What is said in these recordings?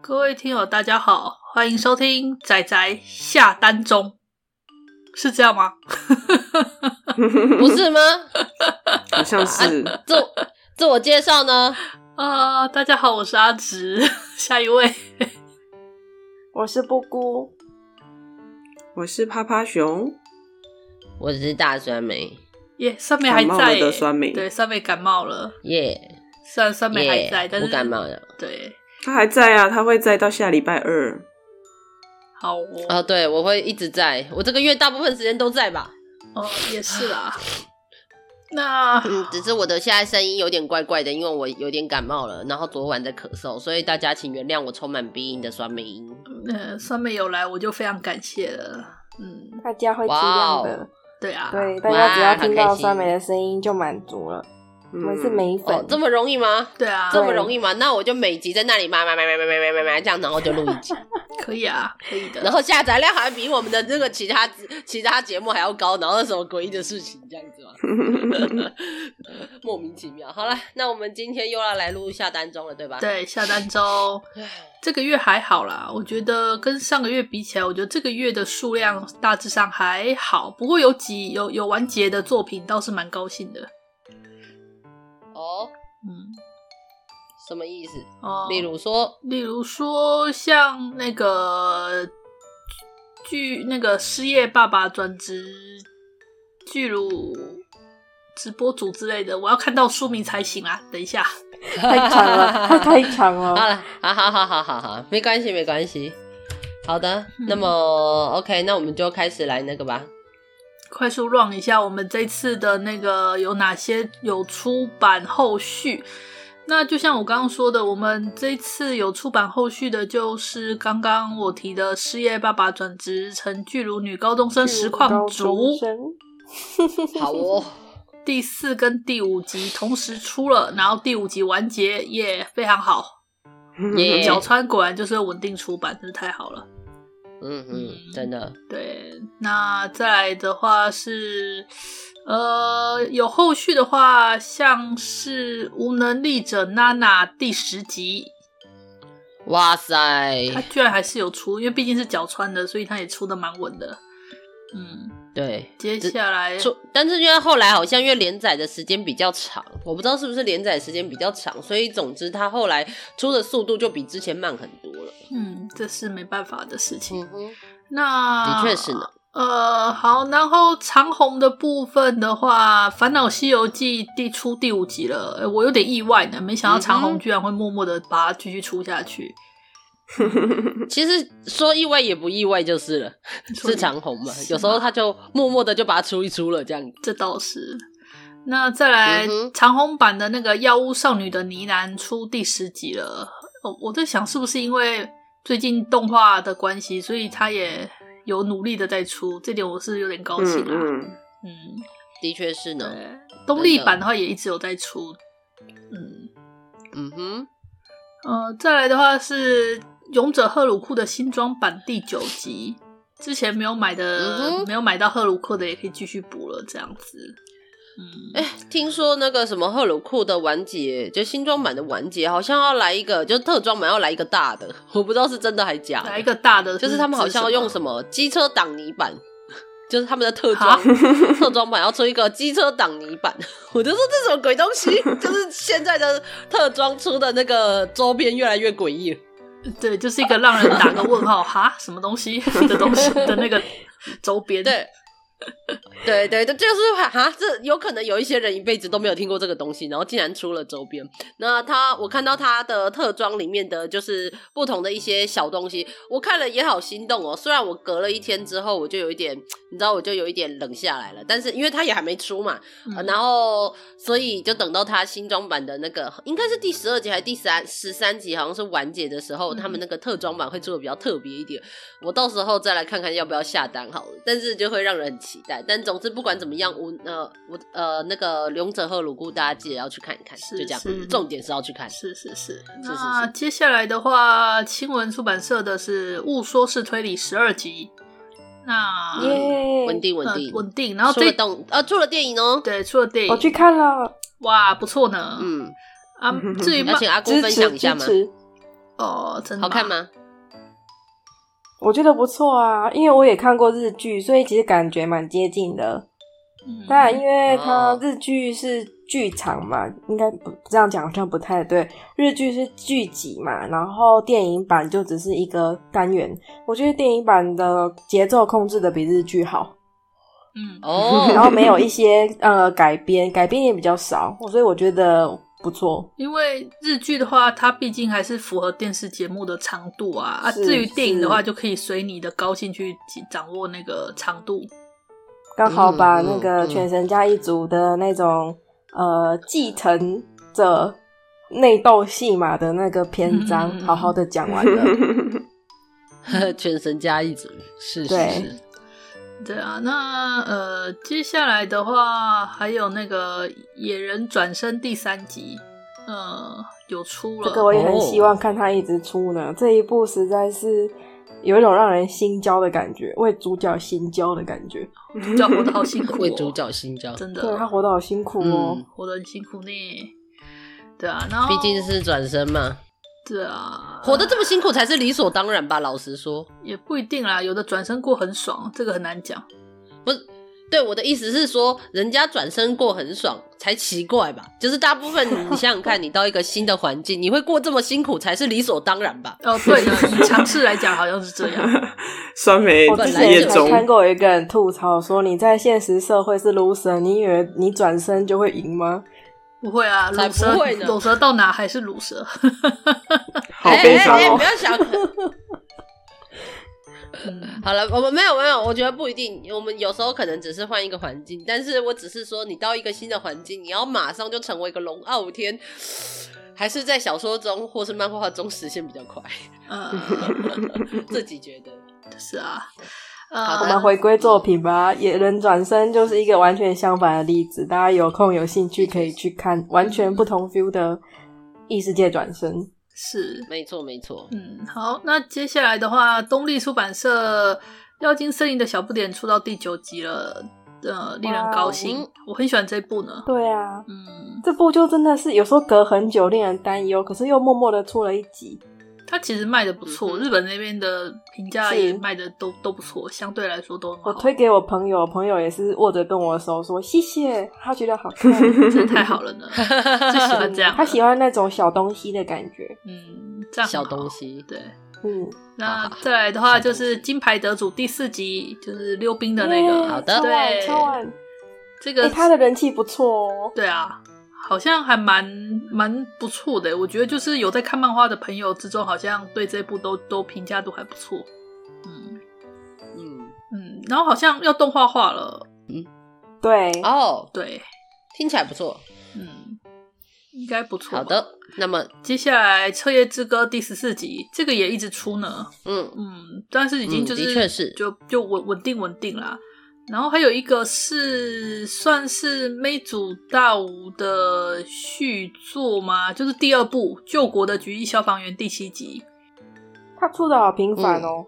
各位听友，大家好，欢迎收听仔仔下单中，是这样吗？不是吗？好像是自我自我介绍呢？啊、大家好，我是阿直， 下一位， 我是布姑，我是趴趴熊，我是大酸梅耶、三妹还感冒在了的耶酸梅对，三妹感冒了，耶虽然三妹还耶在，但，是我感冒了。对，他还在啊，他会在到下礼拜二。好哦，哦，对，我会一直在，我这个月大部分时间都在吧。哦，也是啦。 那嗯，只是我的现在声音有点怪怪的，因为我有点感冒了，然后昨晚在咳嗽，所以大家请原谅我充满鼻音的酸梅音。呃，三妹有来，我就非常感谢了。嗯，大家哦会体谅的。对啊，对，大家只要听很开到心酸梅的声音就满足了。嗯我们是 没梅粉，哦，这么容易吗？对啊，这么容易吗？那我就每集在那里买买买买买买买买买这样，然后就录一集，可以啊，可以的。然后下载量还比我们的那个其他其他节目还要高，然后是什么诡异的事情这样子吗？ 莫名其妙。好了，那我们今天又要来录下单中了，对吧？，对，下单周这个月还好啦，我觉得跟上个月比起来，我觉得这个月的数量大致上还好，不过有几有有完结的作品倒是蛮高兴的。哦，嗯，什么意思？哦，例如说，例如说像那个巨那个失业爸爸转职巨乳直播组之类的，我要看到书名才行啊！等一下，太 长了，太长好了。了，好好好好好好，没关系没关系。好的，嗯那么 OK，那我们就开始来那个吧。 快速 run 一下我们这次的那个有哪些有出版后续。那就像我刚刚说的，我们这次有出版后续的，就是刚刚我提的《失业爸爸转职成巨乳女高中生实况高族中》生好哦，第四跟第五集同时出了，然后第五集完结，耶、非常好。嗯耶角川果然就是稳定出版，真是太好了。嗯嗯，真的，对，那再来的话是，呃，有后续的话，像是《无能力者娜娜》第十集，哇塞，它居然还是有出，因为毕竟是角川的，所以它也出的蛮稳的。嗯，对，接下哎来出，但是因为后来好像因为连载的时间比较长，我不知道是不是连载时间比较长，所以总之它后来出的速度就比之前慢很多了。嗯，这是没办法的事嗯情。哼，那嗯的确是呢。呃，好，然后长虹的部分的话，《烦恼西游记》第出第五集了，呃我有点意外呢，没想到长嗯虹哼居然会默默的把它继续出下去。其实说意外也不意外就是 了，所以是长虹嘛是吗，有时候他就默默的就把它出一出了这样子。这倒是。那再来、嗯哼长虹版的那个《药物少女的呢喃》出第十集了，哦，我在想是不是因为最近动画的关系，所以他也有努力的在出，这点我是有点高兴啊。嗯嗯嗯，的确是呢，对，东立版的话也一直有在出。嗯，嗯哼，呃，再来的话是《勇者赫鲁库》的新装版第九集。之前没有买的嗯、哼没有买到赫鲁克的，也可以继续补了，这样子。嗯，哎、听说那个什么赫鲁库的完结，就新装版的完结，好像要来一个，就特装版要来一个大的，我不知道是真的还假的。来一个大的，就是他们好像要用什么？么机车挡泥板， 就是他们的特装 特装版要出一个机车挡泥板， 我就说这什么鬼东西？ 就是现在的特装出的那个周边越来越诡异了。对，就是一个让人打个问号，哈，什么东西的东西 的那个周边。对， 对对对，就是哈，这有可能有一些人一辈子都没有听过这个东西，然后竟然出了周边。那他，我看到他的特装里面的就是不同的一些小东西，我看了也好心动哦。虽然我隔了一天之后，我就有一点，你知道，我就有一点冷下来了。但是因为他也还没出嘛，呃嗯，然后所以就等到他新装版的那个，应该是第十二集还是第三十三集，好像是完结的时候，嗯他们那个特装版会做的比较特别一点。我到时候再来看看要不要下单好了，但是就会让人很期待。但总之不管怎么样，我呃我呃那个《勇者赫鲁固》，大家记得要去看一看，是就这样是。重点是要去看。是是是。是那接下来的话，新闻出版社的是《误说是推理》十二集，啊那耶！稳定稳呃定，稳定，然后出了这动呃出了电影哦，对出了电我去影，看了，哇，不错呢。嗯，啊，至于要漫请阿公支分持享一支下吗？持。哦，真的好看？吗？我觉得不错啊，因为我也看过日剧，所以其实感觉蛮接近的。嗯当然，因为它哦日剧是剧场嘛，应该不这样讲好像不太对。日剧是剧集嘛，然后电影版就只是一个单元。我觉得电影版的节奏控制的比日剧好，嗯，哦，然后没有一些呃改编，改编也比较少，所以我觉得不错。因为日剧的话，它毕竟还是符合电视节目的长度啊。啊，是至于电影的话，是就可以随你的高兴去掌握那个长度。刚好把嗯那个嗯全神家一族的那种呃继承者内斗戏码的那个篇章嗯嗯嗯好好的讲完了。嗯 全身加一组，是是对是，对啊，那呃，接下来的话还有那个《野人转生》第三集，呃，有出了。这个我也很希望看他一直出呢。这一部实在是有一种让人心焦的感觉，为主角心焦的感觉。主角活得好辛 苦、哦，为主角心焦，真的，对啊他活得好辛苦哦。嗯活得很辛苦呢。对啊，然后毕竟是转身嘛，哦对啊，活得这么辛苦才是理所当然吧？老实说，也不一定啦，有的转身过很爽，这个很难讲。对我的意思是说，人家转身过很爽才奇怪吧？就是大部分 你想想看，你到一个新的环境，你会过这么辛苦才是理所当然吧？哦，对的，以尝试来讲好像是这样。 酸梅我之职前业才中，看过有一个人吐槽说：“你在现实社会是 loser，你以为你转身就会赢吗不会啊，才乳蛇不会呢乳蛇到哪还是乳 蛇。好悲伤哎哎哎哦不。要想。嗯好了，我们没有没有，我觉得不一定。我们有时候可能只是换一个环境，但是我只是说，你到一个新的环境，你要马上就成为一个龙傲天，还是在小说中或是漫画中实现比较快？ 呃，自己觉得。是啊，呃好？”我的，们回归作品吧，《野人转身》就是一个完全相反的例子。大家有空有兴趣可以去看，完全不同 feel 的异世界转身。是没错，没错。嗯，好，那接下来的话，东立出版社《妖精森林的小不点》出到第九集了，呃，令人高哇兴哦，我很喜欢这部呢。对啊，嗯，这部就真的是有时候隔很久令人担忧，可是又默默的出了一集。它其实卖的不错，嗯哼日本那边的评价是也卖的都都不错，相对来说都很好。我推给我朋友，朋友也是握着跟我的手说谢谢，他觉得好看， 真的太好了呢，最喜 欢这样了。 他喜欢那种小东西的感觉。嗯，这样很小好东西，对。嗯，那好好再来的话小东西就是金牌得主第四集，就是溜冰的那耶个。好的超晚超对，晚，这哎、个他的人气不错哦。对啊，好像还蛮蛮不错的。我觉得就是有在看漫画的朋友之中，好像对这部都都评价都还不错。嗯嗯，嗯，然后好像要动画化了，对，哦，对，听起来不错。嗯，应该不错吧。好的，那么，接下来《彻夜之歌》第十四集，这个也一直出呢，嗯，嗯，但是已经嗯就是、的确是就就稳稳定稳定啦。然后还有一个是算是妹主大吾的续作吗？就是第二部《救国的菊一消防员》第七集。他出的好频繁哦，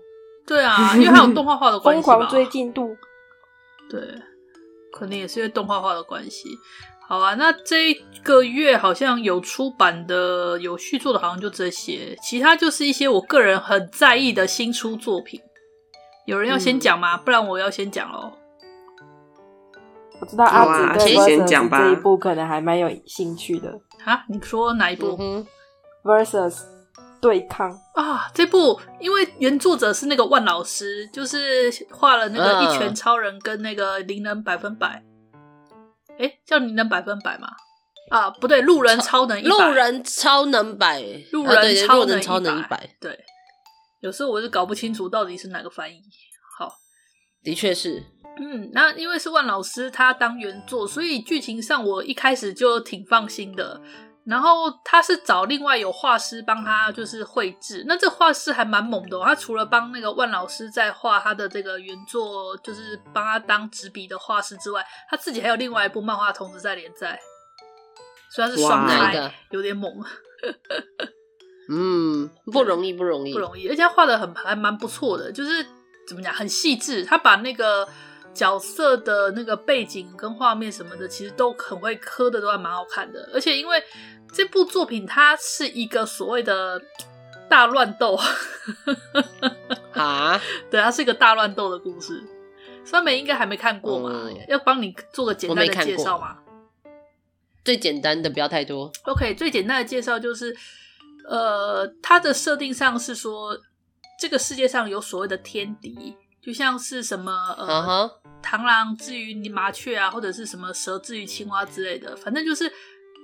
对啊，因为还有动画化的关 疯系吧。狂追进度。对，可能也是因为动画化的关系。好啊，那这个月好像有出版的、有续作的，好像就这些，其他就是一些我个人很在意的新出作品。有人要先讲嗯吗？不然我要先讲喽。我知道阿好啊紫对先 versus 先讲吧这一部可能还蛮有兴趣的啊，你说哪一部嗯、哼， versus 对抗。啊？这部因为原作者是那个万老师，就是画了那个嗯《一拳超人》跟那个《灵能百分百》诶，叫《灵能百分百》吗？啊，不对，《路人超能一百》。路人超能百，路啊对人超路人超能一一百，，对，有时候我是搞不清楚到底是哪个翻译。好，的确是。嗯，那因为是万老师他当原作，所以剧情上我一开始就挺放心的。然后他是找另外有画师帮他就是绘制，那这画师还蛮猛的、哦，他除了帮那个万老师在画他的这个原作，就是帮他当执笔的画师之外，他自己还有另外一部漫画同时在连载，虽然是双哇哪开一个，有点猛。嗯，不容易，不容易，不容易，而且他画的很还蛮不错的，就是怎么讲很细致，他把那个角色的那个背景跟画面什么的，其实都很会磕的，都还蛮好看的。而且因为这部作品它是一个所谓的大乱斗。 啊，对，它是一个大乱斗的故事。酸梅应该还没看过嘛？嗯要帮你做个简单我没的看介过绍嘛最简单的不要太多。 ？OK，最简单的介绍就是，呃，它的设定上是说，这个世界上有所谓的天敌，就像是什么呃嗯哼，螳螂至于你麻雀啊，或者是什么蛇至于青蛙之类的，反正就是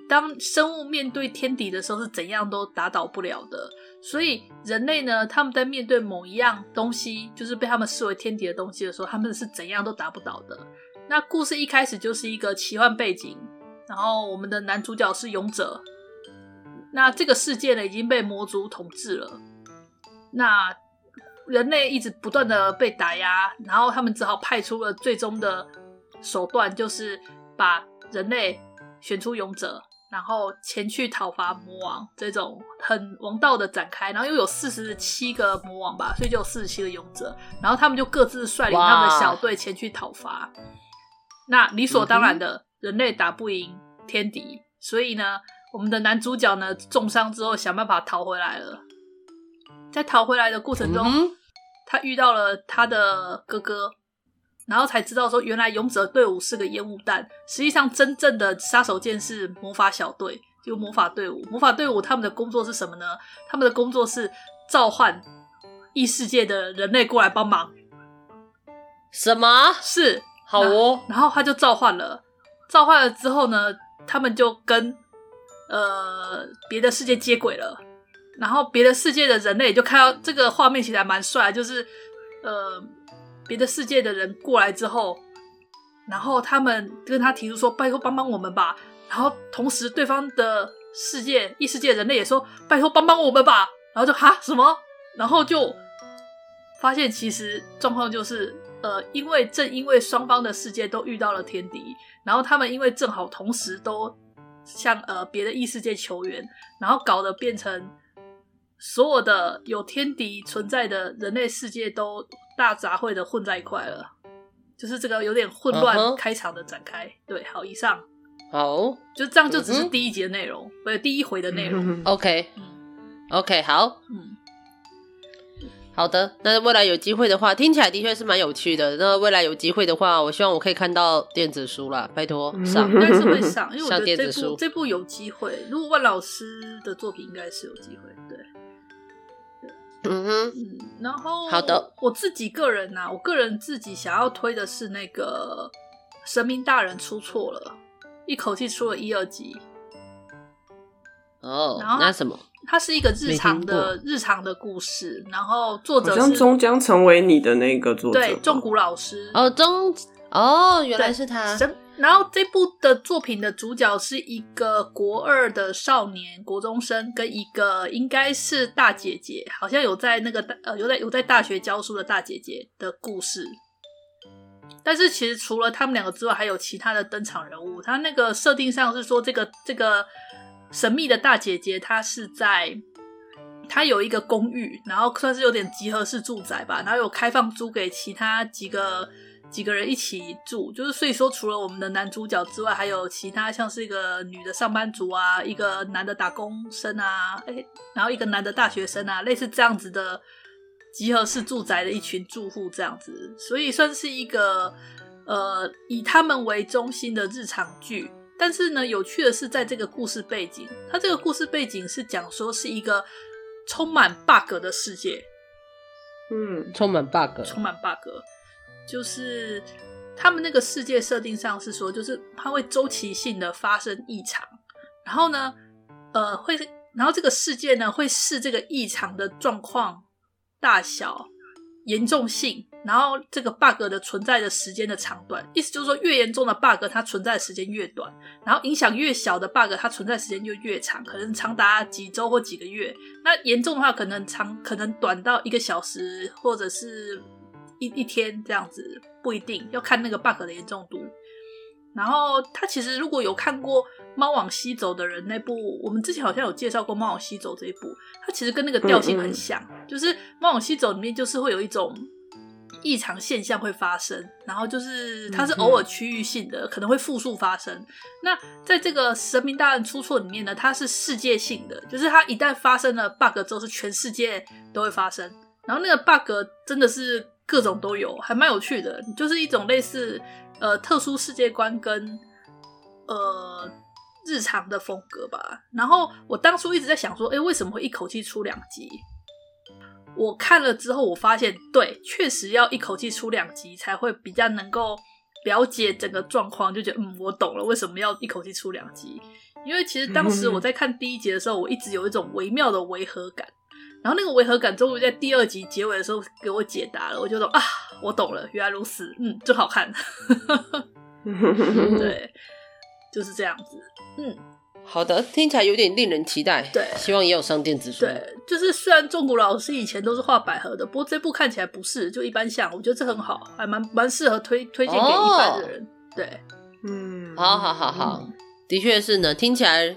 当生物面对天敌的时候，是怎样都打倒不了的。所以人类呢，他们在面对某一样东西，就是被他们视为天敌的东西的时候，他们是怎样都打不倒的。那故事一开始就是一个奇幻背景，然后我们的男主角是勇者，那这个世界呢已经被魔族统治了，那人类一直不断的被打压，然后他们只好派出了最终的手段，就是把人类选出勇者，然后前去讨伐魔王，这种很王道的展开。然后又有四十七个魔王吧，所以就有四十七个勇者，然后他们就各自率领他们的哇小队前去讨伐。那理所当嗯然的，人类打不赢天敌，所以呢，我们的男主角呢重伤之后想办法逃回来了。在逃回来的过程中，嗯哼他遇到了他的哥哥，然后才知道说，原来勇者队伍是个烟雾弹，实际上真正的杀手锏是魔法小队，就魔法队伍。魔法队伍他们的工作是什么呢？他们的工作是召唤异世界的人类过来帮忙，什么？是好哦，然后他就召唤了，召唤了之后呢，他们就跟呃别的世界接轨了。然后别的世界的人类就看到这个画面，其实还蛮帅的，就是呃别的世界的人过来之后，然后他们跟他提出说：“拜托帮帮我们吧。”然后同时对方的世界异世界人类也说：“拜托帮帮我们吧。”然后就哈什么？然后就发现其实状况就是，呃，因为正因为双方的世界都遇到了天敌，然后他们因为正好同时都向呃别的异世界求援，然后搞得变成所有的有天敌存在的人类世界都大杂烩的混在一块了，就是这个有点混嗯乱哼开场的展开。对，好，以上好就这样，就只嗯是哼第一节内容，不是第一回的哎内容。 ，OK 嗯 OK，好嗯，好的。那未来有机会的话，听起来的确是蛮有趣的。那未来有机会的话，我希望我可以看到电子书啦，拜托 上应。该嗯是会上，因为我上觉电得子这部书这部有机会。如果万老师的作品，应该是有机会。对，嗯哼，嗯，然后好的，我自己个人呐、我个人自己想要推的是那个《神明大人出错了》，一口气出了一二集。哦然后，那什么？它是一个日常的没日常的故事，然后作好者像是终将成为你的那个作者吧。对仲谷老师哦，中哦，原来对是他。神然后这部的作品的主角是一个国二的少年国中生，跟一个应该是大姐姐，好像有在那个大呃有在有在大学教书的大姐姐的故事。但是其实除了他们两个之外，还有其他的登场人物。他那个设定上是说，这个这个神秘的大姐姐，她是在她有一个公寓，然后算是有点集合式住宅吧，然后有开放租给其他几个几个人一起住。就是所以说，除了我们的男主角之外，还有其他像是一个女的上班族啊，一个男的打工生啊，哎、然后一个男的大学生啊，类似这样子的集合式住宅的一群住户这样子，所以算是一个呃以他们为中心的日常剧。但是呢，有趣的是，在这个故事背景，它这个故事背景是讲说是一个充满 bug 的世界，嗯， 充满 bug，充满 bug，就是他们那个世界设定上是说，就是它会周期性的发生异常，然后呢，呃，会，然后这个世界呢会视这个异常的状况大小、严重性，然后这个 bug 的存在的时间的长短，意思就是说，越严重的 bug 它存在的时间越短，然后影响越小的 bug 它存在时间就越长，可能长达几周或几个月。那严重的话，可能长，可能短到一个小时或者是一一天这样子，不一定要看那个 bug 的严重度。然后他其实如果有看过《猫往西走》的人，那部我们之前好像有介绍过《猫往西走》这一部，它其实跟那个调性很像，就是《猫往西走》里面就是会有一种异常现象会发生，然后就是它是偶尔区域性的，可能会复数发生。那在这个《神明大人出错》里面呢，它是世界性的，就是它一旦发生了 bug 之后，是全世界都会发生。然后那个 bug 真的是各种都有，还蛮有趣的，就是一种类似呃特殊世界观跟呃日常的风格吧。然后我当初一直在想说，哎，为什么会一口气出两集？我看了之后，我发现对，确实要一口气出两集才会比较能够了解整个状况，就觉得嗯，我懂了为什么要一口气出两集。因为其实当时我在看第一集的时候，我一直有一种微妙的违和感，然后那个违和感终于在第二集结尾的时候给我解答了，我就懂啊，我懂了，原来如此，嗯，真好看， 对，就是这样子，嗯。好的，听起来有点令人期待。对希望也有上电子书。对，就是虽然中古老师以前都是画百合的，不过这部看起来不是，就一般像，我觉得这很好，还蛮蛮适合推推荐给一般哦的人。对，嗯，好好好好，的确是呢，听起来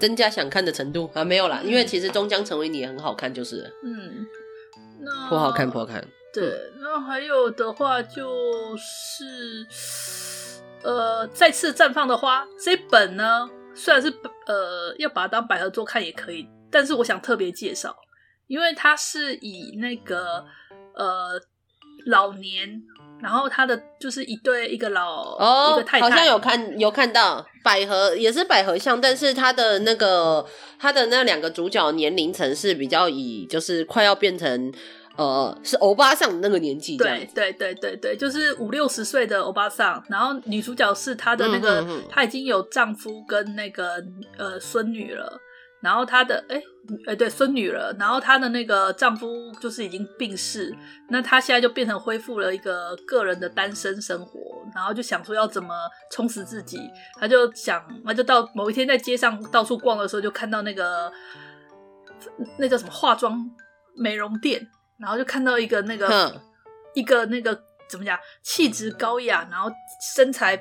增加想看的程度啊，没有啦，因为其实《终将成为你》也很好看，就是了嗯，那颇好看，颇好看。对，那还有的话就是，呃，再次绽放的花这一本呢，虽然是呃要把它当百合做看也可以，但是我想特别介绍，因为它是以那个呃老年，然后它的就是一对一个老、一哦个太，太，好像有看有看到百合也是百合像，但是它的那个它的那两个主角年龄层是比较以就是快要变成呃是欧巴上的那个年纪这样对子。对对对对，就是五六十岁的欧巴桑，然后女主角是她的那个，嗯嗯嗯她已经有丈夫跟那个呃孙女了，然后她的哎哎对孙女了，然后她的那个丈夫就是已经病逝，那她现在就变成恢复了一个个人的单身生活，然后就想说要怎么充实自己，她就想，她就到某一天在街上到处逛的时候，就看到那个那叫什么化妆美容店。然后就看到一个那个哼一个那个怎么讲，气质高雅，然后身材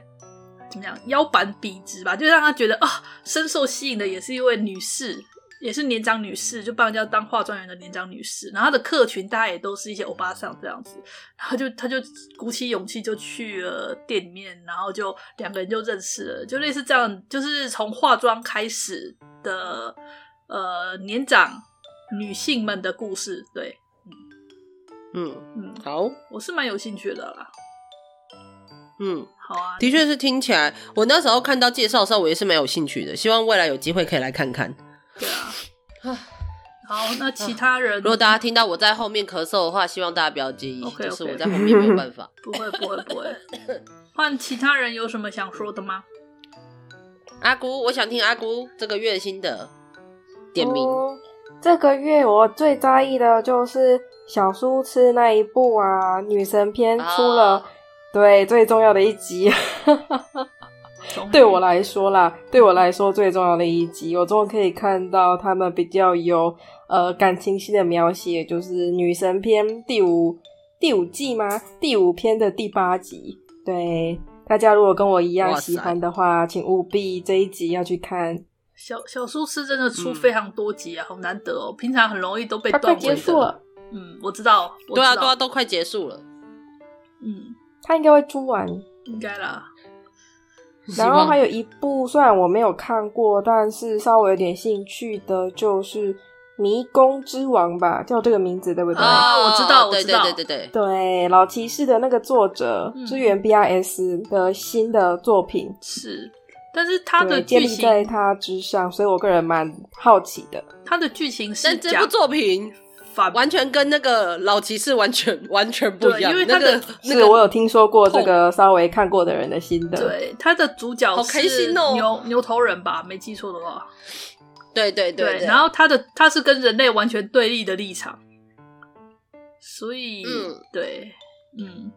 怎么讲，腰板笔直吧，就让他觉得啊、深受吸引的也是一位女士，也是年长女士，就帮人家当化妆员的年长女士。然后她的客群大家也都是一些欧巴桑这样子，然后就他就鼓起勇气就去了店里面，然后就两个人就认识了，就类似这样，就是从化妆开始的呃年长女性们的故事。对，嗯，嗯，好，我是蛮有兴趣的啦。嗯。好啊，的确是听起来，我那时候看到介绍的时候，我也是蛮有兴趣的。希望未来有机会可以来看看。对啊唉。好，那啊其他人如果大家听到我在后面咳嗽的话，希望大家不要介意 OK，OK 就是我在后面没有办法。 不会不会不会，换其他人有什么想说的吗？阿姑，我想听阿姑这个月新的点名。哦这个月我最在意的就是小苏吃那一部啊，女神篇出了，啊对最重要的一集， 终于对我，来说啦，对我来说最重要的一集，我终于可以看到他们比较有呃感情戏的描写，就是女神篇第五第五季吗？第五篇的第八集。对，大家如果跟我一样哇塞喜欢的话，请务必这一集要去看。小小苏是真的出非常多集啊，好难得哦，平常很容易都被它快断结尾束的。了，嗯，我知道，我知对道啊，对啊，，都快结束了，嗯，它应该会出完。应该啦。 然后还有有一部，虽然我没有看过，但是稍微有点兴趣的，就是《迷宫之王》吧，叫这个名字对不对？啊我知道我对知对道对对对，对，《老骑士》的那个作者嗯支援 BRS 的新的作品，是，但是它的对，建剧立在情，它之上，所以我个人蛮好奇的。它的剧情是但这部讲作品反完全跟那个老骑士完全完全不一对样，因为那他的个那是个我有听说过这个稍微看过的人的心得，，对它的主角好是开心哦牛牛头人吧，没记错的话，对对对对，然后他的他是跟人类完全对立的立场，所以、嗯对，嗯，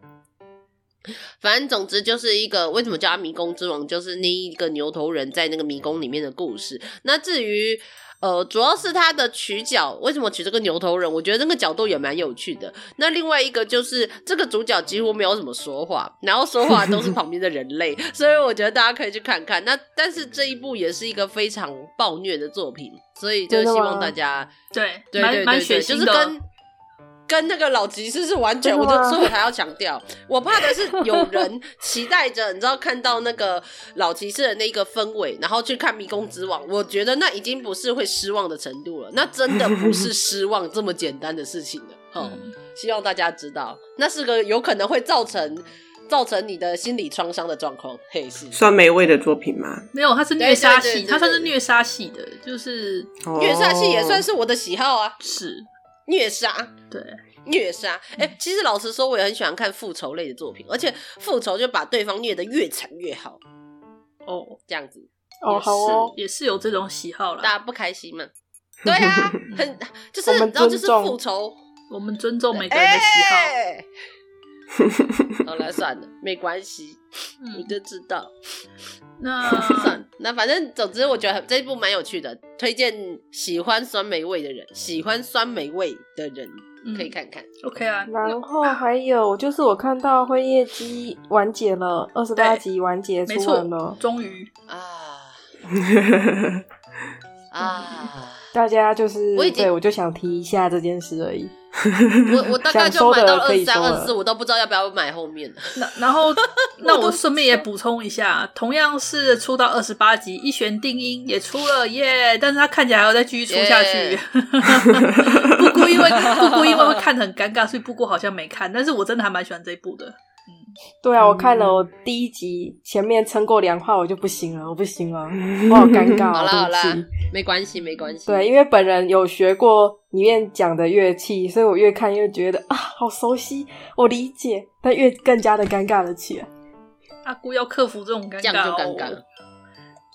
反正总之就是一个为什么叫它迷宫之王，就是那一个牛头人在那个迷宫里面的故事。那至于呃，主要是他的取角，为什么取这个牛头人？我觉得那个角度也蛮有趣的。那另外一个就是这个主角几乎没有怎么说话，然后说话都是旁边的人类，所以我觉得大家可以去看看。那但是这一部也是一个非常暴虐的作品，所以就真的希吗望大家对，对蛮对蛮对血对，就腥是的，跟跟那个老集市是完全，我就所以我才要强调，我怕的是有 人期待着，你知道看到那个老集市的那个氛围，然后去看《迷宫之王》，我觉得那已经不是会失望的程度了，那真的 不是失望这么简单的事情了。哦，嗯嗯希望大家知道，那是个有可能会造成造成你的心理创伤的状况。嘿，是算美味的作品吗？没有，它是虐杀系，对对对对它算是虐杀系的，就是哦虐杀戏也算是我的喜好啊，是虐杀。对，虐杀，哎、嗯其实老实说，我也很喜欢看复仇类的作品，而且复仇就把对方虐得越惨越好，哦，这样子哦，好哦，也是有这种喜好大啦。家不开心嘛？对 啊，很就是我你们知道，就是尊重，Oh 复仇我们尊重每个人的喜好。哎，好了，算了，没关系，你嗯，就知道。那算那反正总之，我觉得这一部蛮有趣的，推荐喜欢酸梅味的人，喜欢酸梅味的人可以嗯看看。 OK 啊，然后还有就是我看到《辉夜姬》完结了，二十八对集完结没出错完了，，终于啊哦嗯啊！大家就是我已经对我就想提一下这件事而已。我我大概想就收买的到二可以三、收二了四，我都不知道要不要买后面的。那然 后，那我顺便也补充一下，同样是出到二十八集，一弦定音也出了耶但是他看起来还要再继续出下去耶。 不过因为不过因为会看得很尴尬，所以不过好像没看，但是我真的还蛮喜欢这一部的。嗯对啊，我看嗯了我第一集前面撑过两话，我就不行了，我不行了，我好尴 尬、 好哦，啦好啦对不起。没关系，没关系。对，因为本人有学过里面讲的乐器，所以我越看越觉得啊，好熟悉，我理解，但越更加的尴尬了起来。阿姑要克服这种尴这样尬、就哦，尴尬了。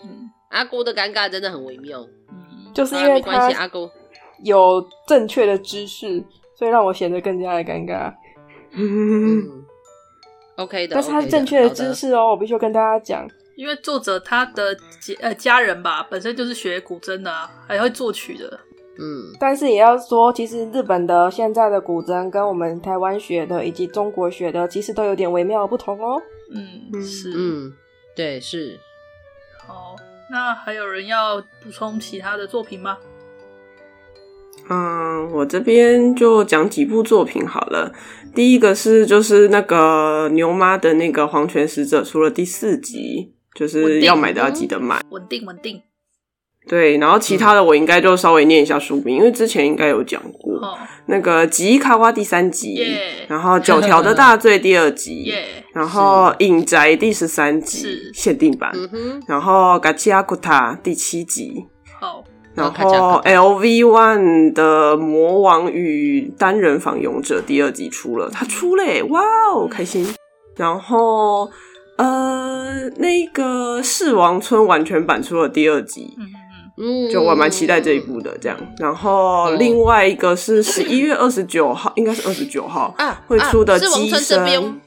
嗯阿姑的尴尬真的很微妙，嗯，就是啊因为没关系，他阿姑有正确的知识，所以让我显得更加的尴尬。嗯，OK 的。但是他 OK 正确的的好知识哦，我必须要跟大家讲。因为作者他的姐呃家人吧，本身就是学古筝的、啊，还会作曲的。嗯但是也要说，其实日本的现在的古筝跟我们台湾学的以及中国学的，其实都有点微妙的不同 哦。嗯，嗯是嗯，对，是好。哦那还有人要补充其他的作品吗？嗯，我这边就讲几部作品好了。第一个是就是那个牛妈的那个《黄泉使者》，出了第四集，就我是定要买的要记得买。稳定，稳定。对，然后其他的我应该就稍微念一下书名，因为之前应该有讲过、 哦，那个《吉伊卡哇》第三集耶然后《九条的大罪》第二集 耶、然后《隐宅》第十三集是限定版，嗯哼，然后《嘎奇阿库塔》第七集，好，然然后后 LV One 的《魔王与单人访勇者》第二集出了，它出了耶，哇哦，开心！然后呃，那个《世王村》完全版出了第二集，嗯嗯嗯，嗯，就我蛮期待这一部的。这样，然后另外一个是十一月二十九号，应该是二十九号，啊， 会出的啊是王机村这边身。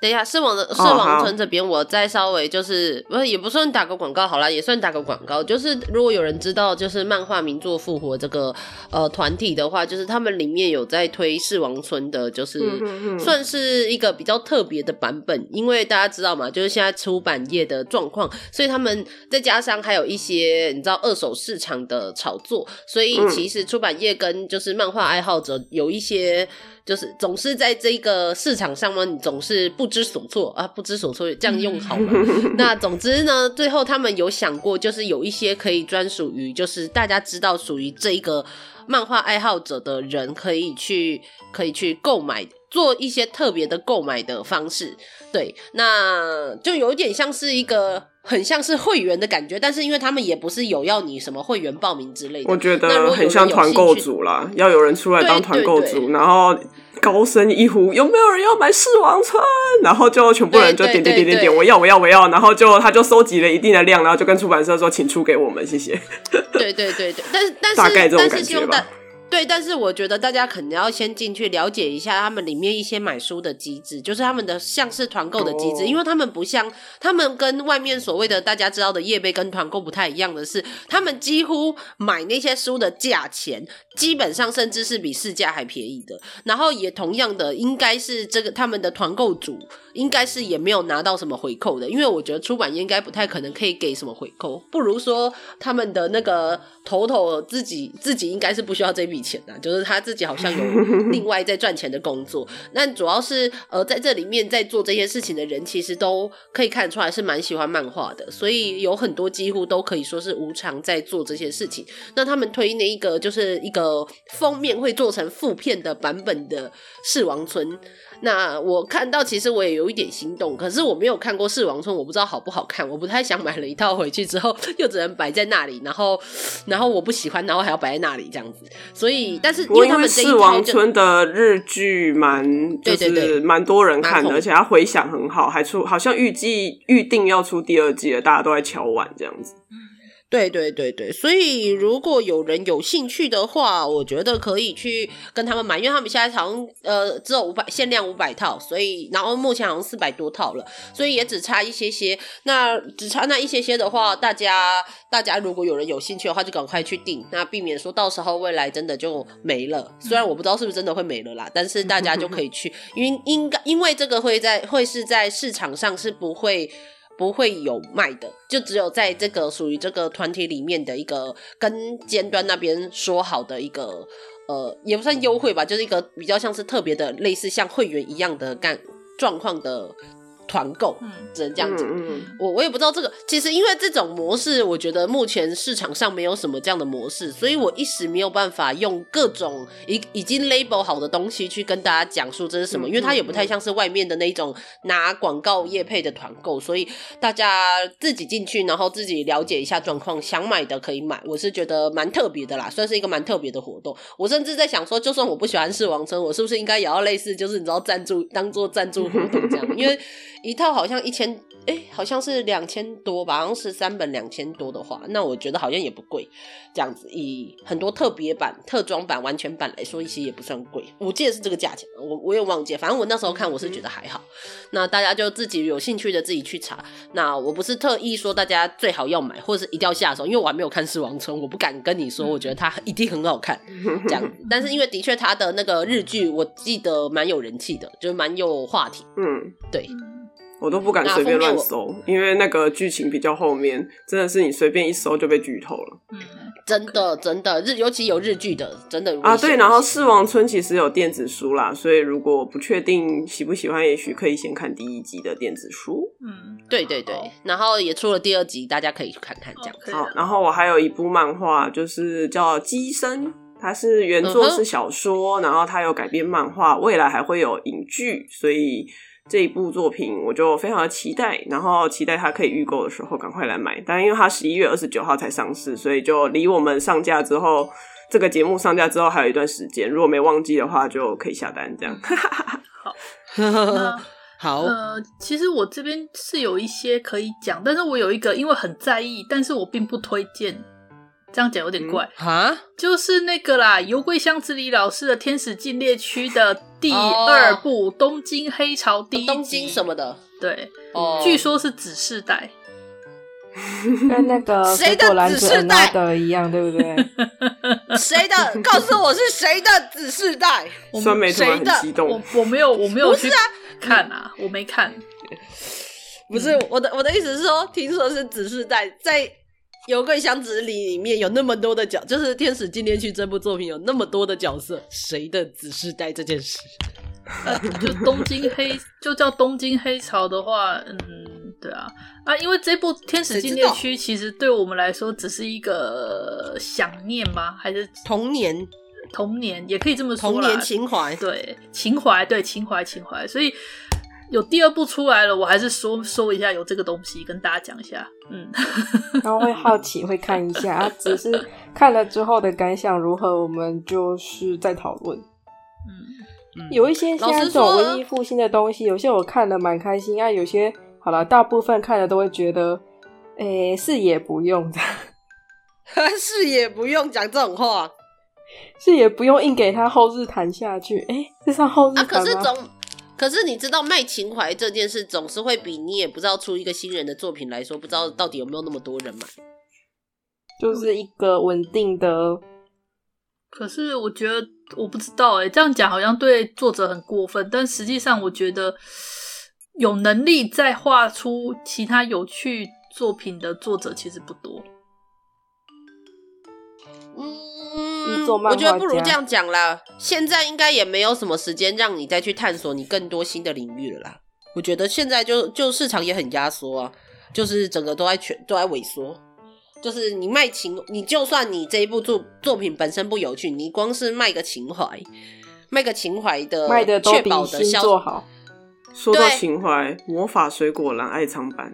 等一下，是王的，是哦王好村这边，我再稍微就是，不是也不算打个广告好啦，也算打个广告。就是如果有人知道，就是漫画名作复活这个呃团体的话，就是他们里面有在推是王村的，就是、嗯嗯嗯算是一个比较特别的版本，因为大家知道嘛，就是现在出版业的状况，所以他们再加上还有一些你知道二手市场的炒作，所以嗯其实出版业跟就是漫画爱好者有一些。就是总是在这个市场上嘛，你总是不知所措啊，不知所措，这样用好吗？ 那总之呢，最后他们有想过，就是有一些可以专属于，就是大家知道属于这一个漫画爱好者的人，可以去可以去购买，做一些特别的购买的方式。对，那就有点像是一个。很像是会员的感觉，但是因为他们也不是有要你什么会员报名之类的，我觉得那如果有很人像有团兴购趣组啦，要有人出来当对团对购对组，然后高声一呼有没有人要买狮王村，然后就全部人就对点对点点点对点，我要我要我要，然后就他就收集了一定的量，然后就跟出版社说请出给我们，谢谢。 对对对对，但是但是大概这种但是感希觉望吧大对，但是我觉得大家可能要先进去了解一下他们里面一些买书的机制，就是他们的像是团购的机制，哦因为他们不像他们跟外面所谓的大家知道的业备跟团购不太一样的是，他们几乎买那些书的价钱基本上甚至是比市价还便宜的，然后也同样的应该是这个他们的团购组应该是也没有拿到什么回扣的，因为我觉得出版业应该不太可能可以给什么回扣，不如说他们的那个头头自己自己应该是不需要这笔笔钱啊，就是他自己好像有另外在赚钱的工作。那主要是呃，在这里面在做这些事情的人，其实都可以看出来是蛮喜欢漫画的，所以有很多几乎都可以说是无偿在做这些事情。那他们推那一个就是一个封面会做成负片的版本的《世王村》，那我看到其实我也有一点心动，可是我没有看过《世王村》，我不知道好不好看，我不太想买了一套回去之后又只能摆在那里，然后然后我不喜欢，然后还要摆在那里这样子。所以，但是因不过为因他为们这一四套王就村的日剧蛮就对对对是蛮多人看蛮的，红而且它回响很好，还出好像预计预定要出第二季了，大家都在敲碗这样子。对对对对，所以如果有人有兴趣的话，我觉得可以去跟他们买，因为他们现在好像呃只有五百限量五百套，所以然后目前好像四百多套了，所以也只差一些些。那只差那一些些的话，大家大家如果有人有兴趣的话，就赶快去订，那避免说到时候未来真的就没了。虽然我不知道是不是真的会没了啦，但是大家就可以去，因为应该因为这个会在会是在市场上是不会。不会有卖的，就只有在这个属于这个团体里面的一个跟尖端那边说好的一个呃，也不算优惠嗯吧，就是一个比较像是特别的，类似像会员一样的干状况的团购，嗯只能这样讲。嗯嗯我我也不知道这个，其实因为这种模式，我觉得目前市场上没有什么这样的模式，所以我一时没有办法用各种已已经 label 好的东西去跟大家讲述这是什么，嗯因为它也不太像是外面的那种拿广告业配的团购，所以大家自己进去，然后自己了解一下状况，想买的可以买，我是觉得蛮特别的啦，算是一个蛮特别的活动。我甚至在想说，就算我不喜欢世王村，我是不是应该也要类似，就是你知道赞助当做赞助活动这样？因为一套好像一千，哎、好像是两千多吧，好像十三本两千多的话，那我觉得好像也不贵。这样子以很多特别版、特装版、完全版来说，其实也不算贵。我记得是这个价钱，我我也忘记了，反正我那时候看我是觉得还好。嗯那大家就自己有兴趣的自己去查。那我不是特意说大家最好要买，或者是一定要下手，因为我还没有看《狮王村》，我不敢跟你说，嗯我觉得它一定很好看。这样子。但是因为的确他的那个日剧，我记得蛮有人气的，就是蛮有话题。嗯，对，我都不敢那随便封面乱我搜，因为那个剧情比较后面，真的是你随便一搜就被剧透了嗯，真的真的日，尤其有日剧的，真的啊。危险对，然后四王村其实有电子书啦，所以如果不确定喜不喜欢，也许可以先看第一集的电子书。嗯，对对哦对，然后也出了第二集，大家可以去看看这样。 OK 好，然后我还有一部漫画，就是叫《机身》，它是原作嗯哼是小说，然后它有改编漫画，未来还会有影剧，所以这一部作品我就非常的期待，然后期待它可以预购的时候赶快来买。但因为它十一月二十九号才上市，所以就离我们上架之后。这个节目上架之后还有一段时间，如果没忘记的话就可以下单。这 嗯样， 那好呃，其实我这边是有一些可以讲，但是我有一个因为很在意，但是我并不推荐。这样讲有点怪，啊，就是那个啦，油柜箱子里老师的《天使禁猎区》的第哦二部《东京黑潮》第一集，东京什么的对，哦，嗯据说是指示带，跟那个谁水的果篮指子示带 another 一样，对 不对？谁 的？告诉我是谁的指示 带？我酸梅突然谁很的激我动，我没有我没有不去是啊看啊，我没看，不是我的，我的意思是说，听说是指示带在油柜箱子里里面有那么多的角，就是《天使纪念区》这部作品有那么多的角色，谁的指示带这件事？呃，就东京黑，就叫东京黑潮的话，嗯，对啊，啊，因为这部《天使谁知禁猎道区》其实对我们来说只是一个呃想念吗？还是童年，童年？也可以这么说啦童年情怀。对情怀，对情怀，情怀。所以有第二部出来了，我还是说说一下有这个东西，跟大家讲一下。嗯，然后会好奇，会看一下，啊只是看了之后的感想如何，我们就是在讨论。嗯，有一些老像实这种说文艺复兴的东西，有些我看了蛮开心啊，有些好了，大部分看了都会觉得，诶、是也不用的，是也不用讲这种话是也不用硬给他后日谈下去。诶、这算后日啊！谈吗？可是总，可是你知道卖情怀这件事，总是会比你也不知道出一个新人的作品来说，不知道到底有没有那么多人买。就是一个稳定的，可是我觉得我不知道哎、这样讲好像对作者很过分，但实际上我觉得有能力再画出其他有趣作品的作者其实不多。嗯，你嗯，做漫我画觉家，得不如这样讲啦。现在应该也没有什么时间让你再去探索你更多新的领域了啦。我觉得现在就就市场也很压缩啊，就是整个都在全都在萎缩。就是你卖情，你就算你这一部作作品本身不有趣，你光是卖个情怀，卖个情怀的卖的都呃确比保的新销作好。说到对情怀，魔法水果篮爱藏版，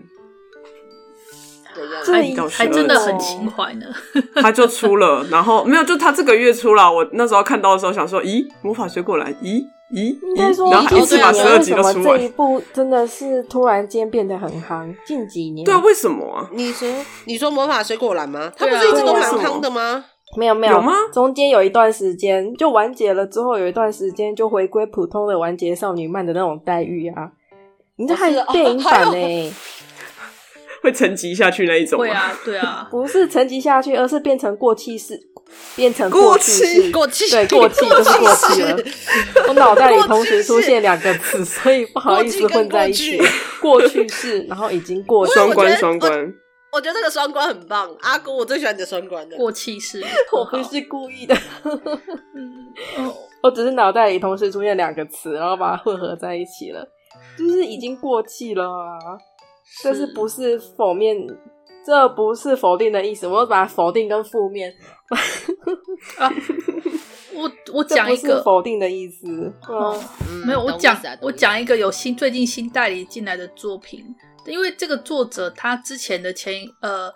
的样子这还一到还真的12很情怀呢。 它就出了，然后没有，就它这个月出了。我那时候看到的时候想说，咦，魔法水果篮，咦咦，应该说咦然后它近一几次把年十二为集什都么出这一完，部真的是突然间变得很夯？近几年对啊，为什么啊？你说你说魔法水果篮吗？它对不啊是一直都对蛮啊夯的吗？没有没有有吗中间有一段时间就完结了，之后有一段时间就回归普通的完结少女漫的那种待遇啊。你这哦还是哦电影版呢、还会沉积下去那一种对吗？啊，对啊，不是沉积下去，而是变成过气式，变成过气气式。过气 对，过气就是过气了。我脑袋里同时出现两个词，所以不好意思混在一起。过去式，然后已经过去我双觉关得双关，我觉得这个双关很棒，阿姑，我最喜欢你的双关了。过气式， 我很不好。是故意的，嗯哦 我只是脑袋里同时出现两个词，然后把它混合在一起了，就是已经过气了啊！这是不是否面？这不是否定的意思，我又把否定跟负面，啊，我我这讲不一是个，否定的意思。嗯哦，嗯没有，我懂意讲思啊懂我意思讲一个有新最近新代理进来的作品，因为这个作者他之前的前一呃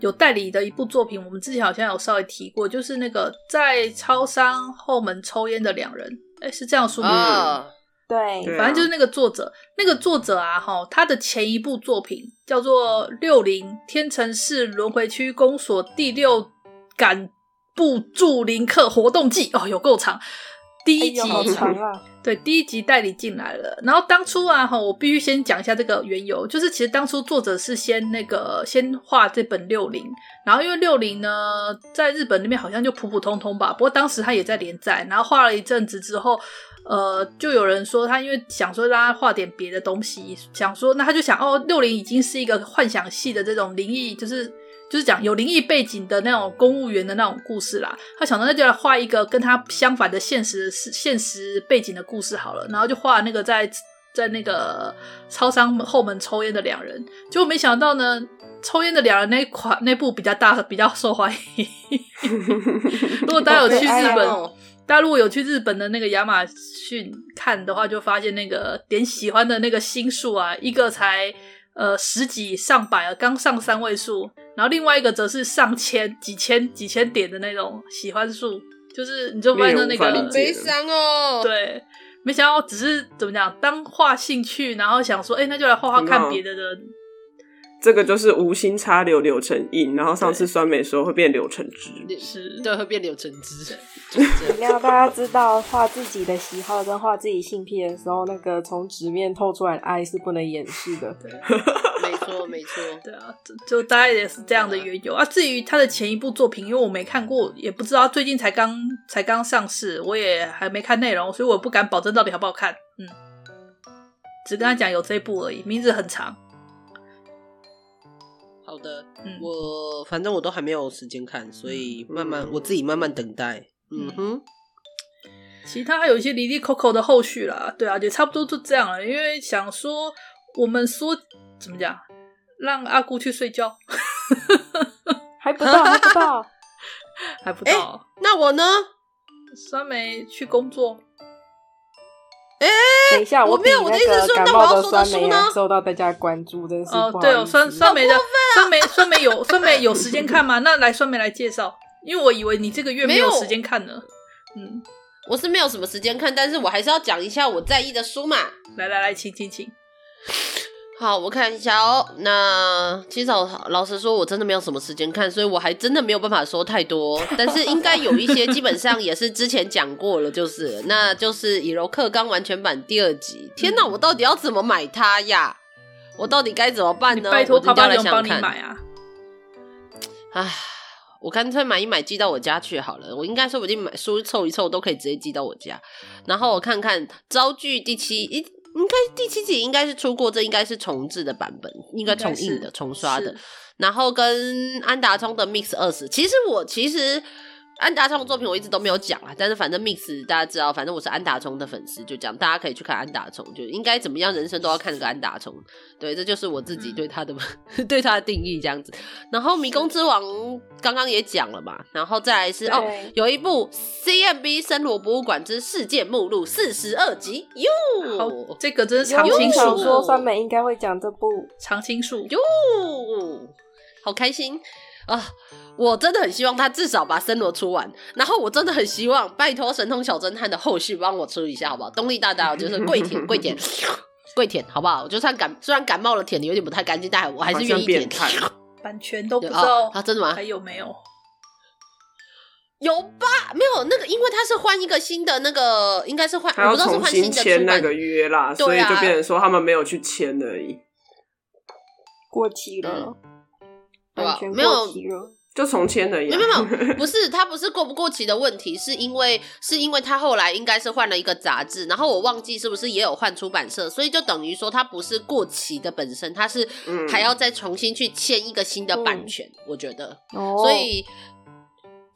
有代理的一部作品，我们之前好像有稍微提过，就是那个在超商后门抽烟的两人，哎，是这样说吗？啊，对，对啊反正就是那个作者，那个作者啊，哈，他的前一部作品叫做《六零天城市轮回区公所第六感部驻林客活动季》哦，有够长。第一集、哎呦好长啊，对，第一集代理进来了。然后当初啊，哈，我必须先讲一下这个缘由，就是其实当初作者是先那个先画这本六零，然后因为六零呢在日本那边好像就普普通通吧，不过当时他也在连载，然后画了一阵子之后。呃，就有人说他因为想说让他画点别的东西，想说那他就想哦，六零已经是一个幻想系的这种灵异，就是就是讲有灵异背景的那种公务员的那种故事啦。他想到那就来画一个跟他相反的现实是现实背景的故事好了，然后就画那个在在那个超商后门抽烟的两人，结果没想到呢，抽烟的两人那一款那部比较大比较受欢迎。如果大家有去好可日爱本，哦大家如果有去日本的那个亚马逊看的话，就发现那个点喜欢的那个星数啊，一个才呃十几上百啊，刚上三位数，然后另外一个则是上千、几千、几千点的那种喜欢数，就是你就发现那令人无法理个解悲伤哦。，对，没想到只是怎么讲，当画兴趣，然后想说，哎、那就来画画很好看别的人，这个就是无心插柳柳成荫，然后上次酸梅说会变柳成枝，是对，会变柳橙汁。 就是这样你要大家知道，画自己的喜好跟画自己性癖的时候，那个从直面透出来的爱是不能掩饰的。没错，没错。对啊，就就大概也是这样的缘由啊。至于他的前一部作品，因为我没看过，也不知道最近才刚才刚上市，我也还没看内容，所以我不敢保证到底好不好看。嗯，只跟他讲有这一部而已，名字很长。好的，嗯，我反正我都还没有时间看，所以慢慢嗯我自己慢慢等待。嗯哼，其他还有一些离离扣扣的后续啦，对啊，也差不多就这样了。因为想说我们说怎么讲，让阿姑去睡觉还不到，还不到，还不到，那我呢？酸梅去工作。 等一下，我比没有我的意思那是个说感那我冒要的说的酸书梅呢啊受到大家关注，真是不好哦意思。，对哦，酸酸梅的啊酸梅酸梅有酸梅有时间看吗？那来酸梅来介绍，因为我以为你这个月没有没有时间看呢。嗯，我是没有什么时间看，但是我还是要讲一下我在意的书嘛。来来来，请请请，好，我看一下哦。那其实老老实说，我真的没有什么时间看，所以我还真的没有办法说太多。哦但是应该有一些，基本上也是之前讲过了，就是了那就是《以柔克刚》完全版第二集。天哪，我到底要怎么买它呀？我到底该怎么办你呢？拜托我他一定爸要来用想想帮你看。买啊。唉，我干脆买一买寄到我家去好了。我应该说不定买书凑一凑都可以直接寄到我家。然后我看看《招剧》第七一。应该第七集应该是出过，这应该是重制的版本，应该重印的、重刷的。是，然后跟安达充的 Mix 二十，其实我其实安达充的作品我一直都没有讲啊，但是反正 Mix 大家知道，反正我是安达充的粉丝，就这样，大家可以去看安达充，就应该怎么样，人生都要看个安达充。对，这就是我自己对他的、 对他的定义这样子。然后《迷宫之王》刚刚也讲了嘛，然后再来是哦对，有一部 CMB 森罗博物馆之世界目录四十二集哟，好，这个真是常长青青小树，说上面应该会讲这部，常青树哟， 好开心啊！我真的很希望他至少把森罗出完，然后我真的很希望拜托神通小侦探的后续帮我出一下，好不好？东立大大就是跪舔跪舔跪舔，好不好？我就算感虽然感冒了，舔的有点不太干净，但我还是愿意舔。好像变态版权都不对知哦道啊，真的吗还？有没有？有吧？没有那个，因为他是换一个新的那个，应该是换，他我要不知道是重换新新的签出那版个约啦，对所以啊就变成说他们没有去签而已，过期了，对吧完全没有过期了。就重签而已、没啊。有没 有，不是他不是过不过期的问题，是因为是因为他后来应该是换了一个杂志，然后我忘记是不是也有换出版社，所以就等于说他不是过期的本身，他是嗯还要再重新去签一个新的版权，我觉得，哦，所以。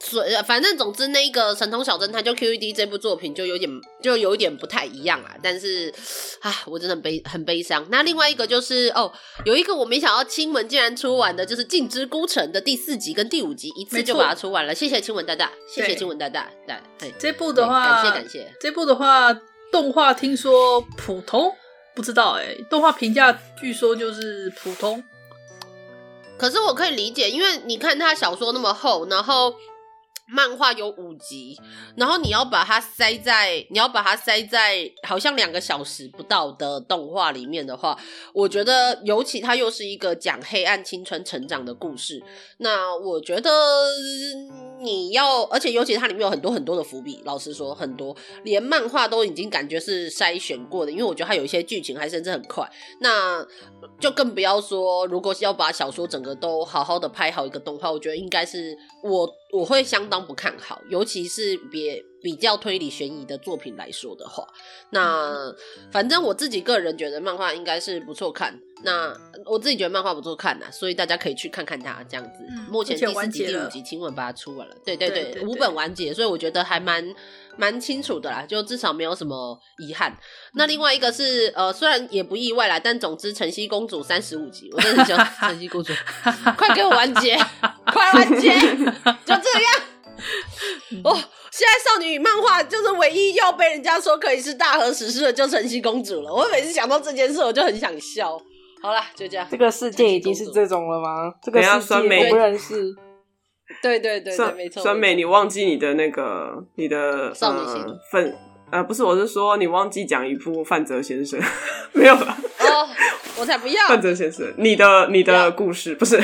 所以反正总之，那个《神童小侦探》就 QED 这部作品就有点就有一点不太一样啊，但是啊，我真的很悲很悲伤。那另外一个就是哦，有一个我没想到亲文竟然出完的，就是《镜之孤城》的第四集跟第五集一次没就错把它出完了，谢谢亲文大大，谢谢对亲文大大，对，嘿这部对的话，感谢感谢。这部的话，动画听说普通，不知道哎、动画评价据说就是普通，可是我可以理解，因为你看他小说那么厚，然后漫画有五集，然后你要把它塞在，你要把它塞在好像两个小时不到的动画里面的话，我觉得尤其它又是一个讲黑暗青春成长的故事，那我觉得嗯你要，而且尤其它里面有很多很多的伏笔，老实说很多，连漫画都已经感觉是筛选过的，因为我觉得它有一些剧情还甚至很快。那就更不要说，如果是要把小说整个都好好的拍好一个动画，我觉得应该是我我会相当不看好，尤其是别比较推理悬疑的作品来说的话，嗯那反正我自己个人觉得漫画应该是不错看。那我自己觉得漫画不错看呐、啊所以大家可以去看看它这样子。嗯目前而且第四完集、结第五了集亲吻把它出完了，对对对对对，五对本完结，所以我觉得还蛮蛮清楚的啦，就至少没有什么遗憾。那另外一个是呃，虽然也不意外啦，但总之晨曦公主三十五集，我真的很喜欢晨曦公主， 快给我完结，快完结，就这样。哦，现在少女与漫画就是唯一要被人家说可以是大和史诗的，就晨曦公主了。我每次想到这件事，我就很想笑。好啦，就这样。这个世界已经是这种了吗？这个等一下世界酸梅我不认识。对对对对，酸没错。酸梅，没你忘记你的那个你的少女心呃粉呃不是，我是说你忘记讲一部范泽先生， 没有啦，错哦，我才不要。 范泽先生，你的你的故事不是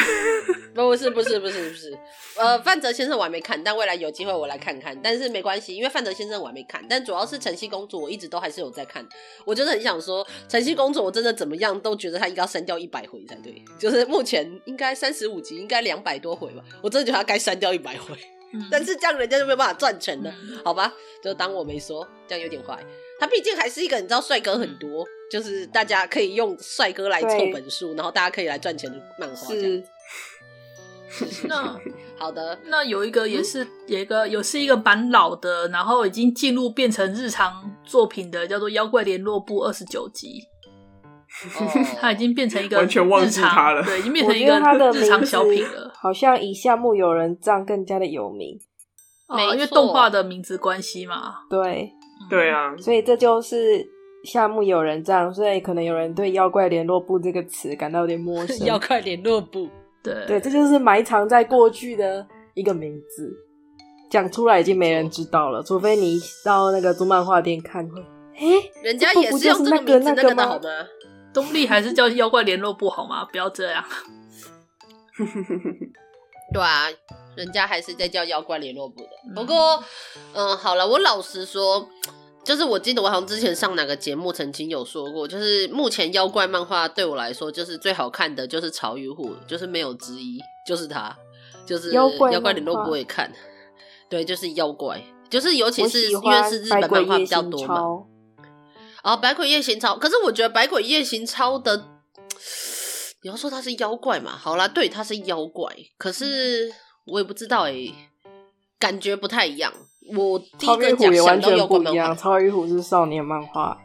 不是不是不是不是，呃，范泽先生我还没看，但未来有机会我来看看。但是没关系，因为范泽先生我还没看，但主要是晨曦公主，我一直都还是有在看。我真的很想说，晨曦公主我真的怎么样都觉得她应该要删掉一百回才对，就是目前应该三十五集，应该两百多回吧，我真的觉得她该删掉一百回。 嗯，但是这样人家就没有办法赚钱了，嗯好吧？就当我没说，这样有点坏。他毕竟还是一个你知道帅哥很多，就是大家可以用帅哥来凑对本数，然后大家可以来赚钱的漫画。这样是，嗯那好的，那有一个也嗯是、有一个有是一个蛮老的，然后已经进入变成日常作品的，叫做《妖怪联络部》二十九集，哦它已 经变成一个完全忘记日常它了对，已经变我成一觉得他的个名日常小品字了。好像以夏目友人帐更加的有名。哦没因为错动画的名字关系嘛，对，嗯对，啊，所以这就是夏目友人帐，所以可能有人对“妖怪联络部”这个词感到有点 陌生。要快联络部，对对，这就是埋藏在过去的一个名字，讲出来已经没人知道了，除非你到那个租漫画店看会。诶、人家这不也不是用就是这个那个名字那那个个的吗好吗？东立还是叫妖怪联络部好吗？不要这样。对啊，人家还是在叫妖怪联络部的。不过，嗯，好了，我老实说，就是我记得我好像之前上哪个节目曾经有说过，就是目前妖怪漫画对我来说，就是最好看的就是《潮与虎》，就是没有之一，就是它，就是妖怪漫画妖怪联络部我也看。对，就是妖怪，就是尤其我是喜因为欢是日百本鬼漫画夜比较行多嘛，超，啊，百鬼夜行超，可是我觉得百鬼夜行超的，你要说它是妖怪嘛？好啦，对，它是妖怪，可是我也不知道诶、欸感觉不太一样。我第一超个与虎讲也想完到全妖怪不一漫画样，，超与虎是少年漫画，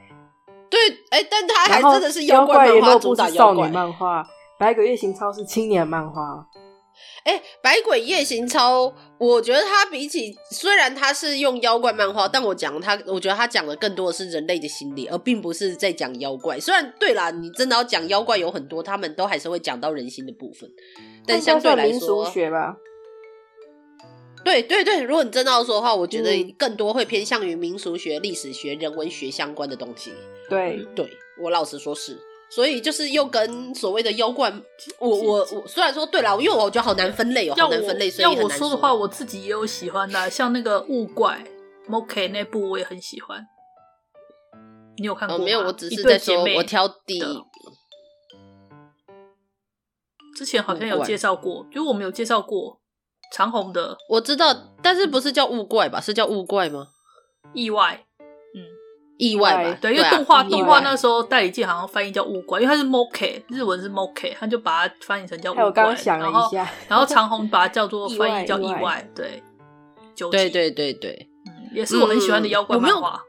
对，哎、但他还然后真的是妖怪也漫画都主不打是妖少怪女。漫画，百鬼夜行超是青年漫画。哎、百鬼夜行超，我觉得它比起虽然它是用妖怪漫画，但我讲它，我觉得它讲的更多的是人类的心理，而并不是在讲妖怪。虽然对啦，你真的要讲妖怪有很多，他们都还是会讲到人心的部分，但它应相该对算来民俗说，学吧，对对对，如果你真的要说的话，我觉得嗯更多会偏向于民俗学、历史学、人文学相关的东西。对，对我老实说是，所以就是又跟所谓的妖怪，我我我虽然说对啦，因为我觉得好难分类哦，要 好我难分类，所以要很我难说的话，我自己也有喜欢的啊、像那个雾怪 Moke 那部我也很喜欢。你有看过哦吗？没有，我只是一对在姐说妹我挑第一。的之前好像雾有怪介绍过，就是我们有介绍过长虹的我知道，但是不是叫雾怪吧？是叫雾怪吗？意外，嗯意外吧？对，因对为啊，动画、意动画外那时候代理界好像翻译叫乌怪，因为它是 moke，日文是 moke，他就把它翻译成叫乌还哎怪。有刚刚想了然后一，下，然后长虹把它叫 做翻译叫意意外意外外，对，九对级，对对对。嗯也是我很喜欢的妖怪嗯我没漫有画。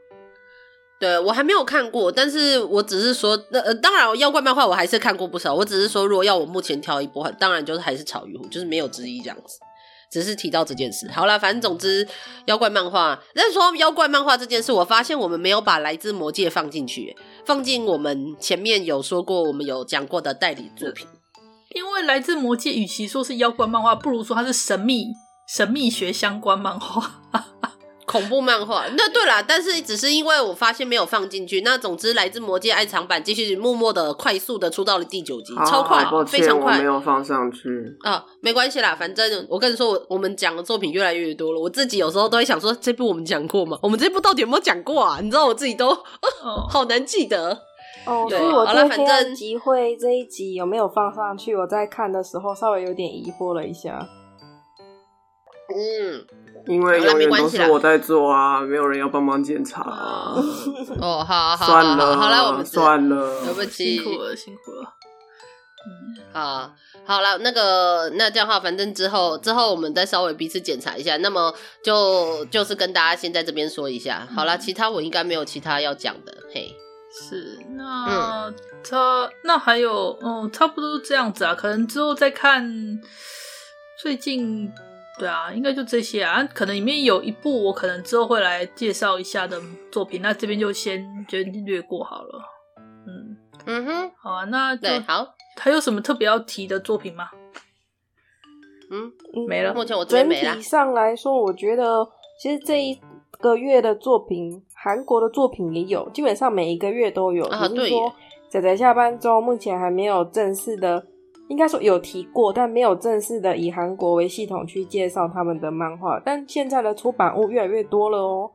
对我还没有看过，但是我只是说，那呃，当然妖怪漫画我还是看过不少。我只是说，如果要我目前挑一部，当然就是还是草鱼虎，就是没有之一这样子。只是提到这件事，好啦，反正总之，妖怪漫画。但是说到妖怪漫画这件事，我发现我们没有把来自魔界放进去，放进我们前面有说过，我们有讲过的代理作品。因为来自魔界，与其说是妖怪漫画，不如说它是神秘神秘学相关漫画。 恐怖漫画。那对啦，但是只是因为我发现没有放进去。那总之，来自魔界爱藏版继续默默的、快速的出到了第九集，好 哎超快抱，非歉，常我快没。有放上去。啊，没关系啦，反正我跟你说，我我们讲的作品越来越多了。我自己有时候都会想说，这部我们讲过吗？我们这部到底有没有讲过啊？你知道我自己都 哦，好难记得。哦，对所以我好啦对反黑正暗集会这一集有没有放上去？我在看的时候稍微有点疑惑了一下。嗯，因为好啦永没远关都系是啦我在做啊，没有人要帮忙检查啊、哦，好好好，算了，好了，我们知算对不了，起，辛苦了，辛苦了。嗯，啊，好了，那个那这样的话，反正之后之后我们再稍微彼此检查一下。那么就就是跟大家先在这边说一下，好了，嗯其他我应该没有其他要讲的。嘿，是，那他那还有，嗯，差不多这样子啊，可能之后再看最近，对啊，应该就这些啊，可能里面有一部我可能之后会来介绍一下的作品，那这边就先先略过好了。嗯，嗯哼，好啊，那就对，好，还有什么特别要提的作品吗？嗯，嗯没了目前我这边整没啦体。上来说，我觉得其实这一个月的作品，韩国的作品也有，基本上每一个月都有。啊只对是耶说仔仔下班中目前还没有正式的，应该说有提过，但没有正式的以韩国为系统去介绍他们的漫画。但现在的出版物越来越多了哦。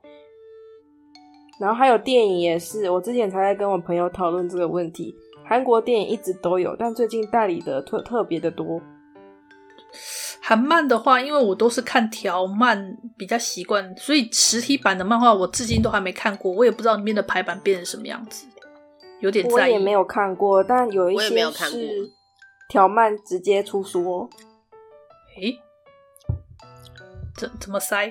然后还有电影也是，我之前才在跟我朋友讨论这个问题。韩国电影一直都有，但最近代理的特特别的多。韩漫的话，因为我都是看条漫比较习惯，所以实体版的漫画我至今都还没看过，我也不知道里面的排版变成什么样子，有点我在意。也没有看过，但有一我也没有些看过是条漫直接出书哦。诶，怎怎么塞？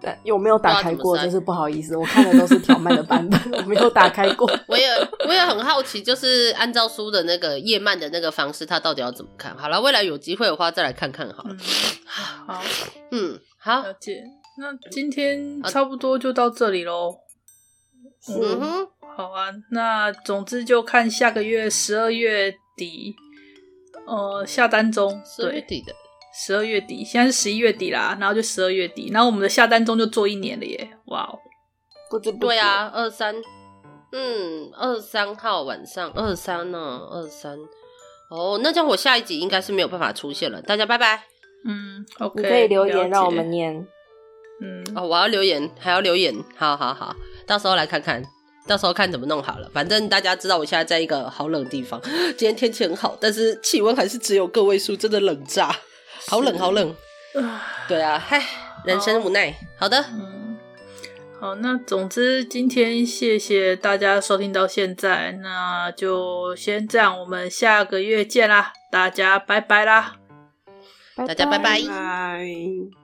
但有没有打开过？不知道怎么删真是不好意思，我看的都是条漫的版本， 我没有打开过。我也我也很好奇，就是按照书的那个页漫的那个方式，它到底要怎么看？好了，未来有机会的话再来看看好了嗯。， 好，嗯，好，了解。那今天差不多就到这里喽。是嗯哼，好啊，那总之就看下个月十二月底，呃，下单中，是对，底的，十二月底，现在是十一月底啦，然后就十二月底，然后我们的下单中就做一年了耶，哇哦！不知不觉对，啊，二三，嗯，二三号晚上，二三呢，二三。哦，那这样我下一集应该是没有办法出现了，大家拜拜。嗯你，OK，可以留言了解让我们念。嗯，哦，我要留言，还要留言，好好好，到时候来看看，到时候看怎么弄好了。反正大家知道我现在在一个好冷的地方，今天天气很好，但是气温还是只有个位数，真的冷炸，好冷好冷。对啊，嗨，人生无奈。好的，嗯，好，那总之今天谢谢大家收听到现在，那就先这样，我们下个月见啦，大家拜拜啦。大家拜拜拜。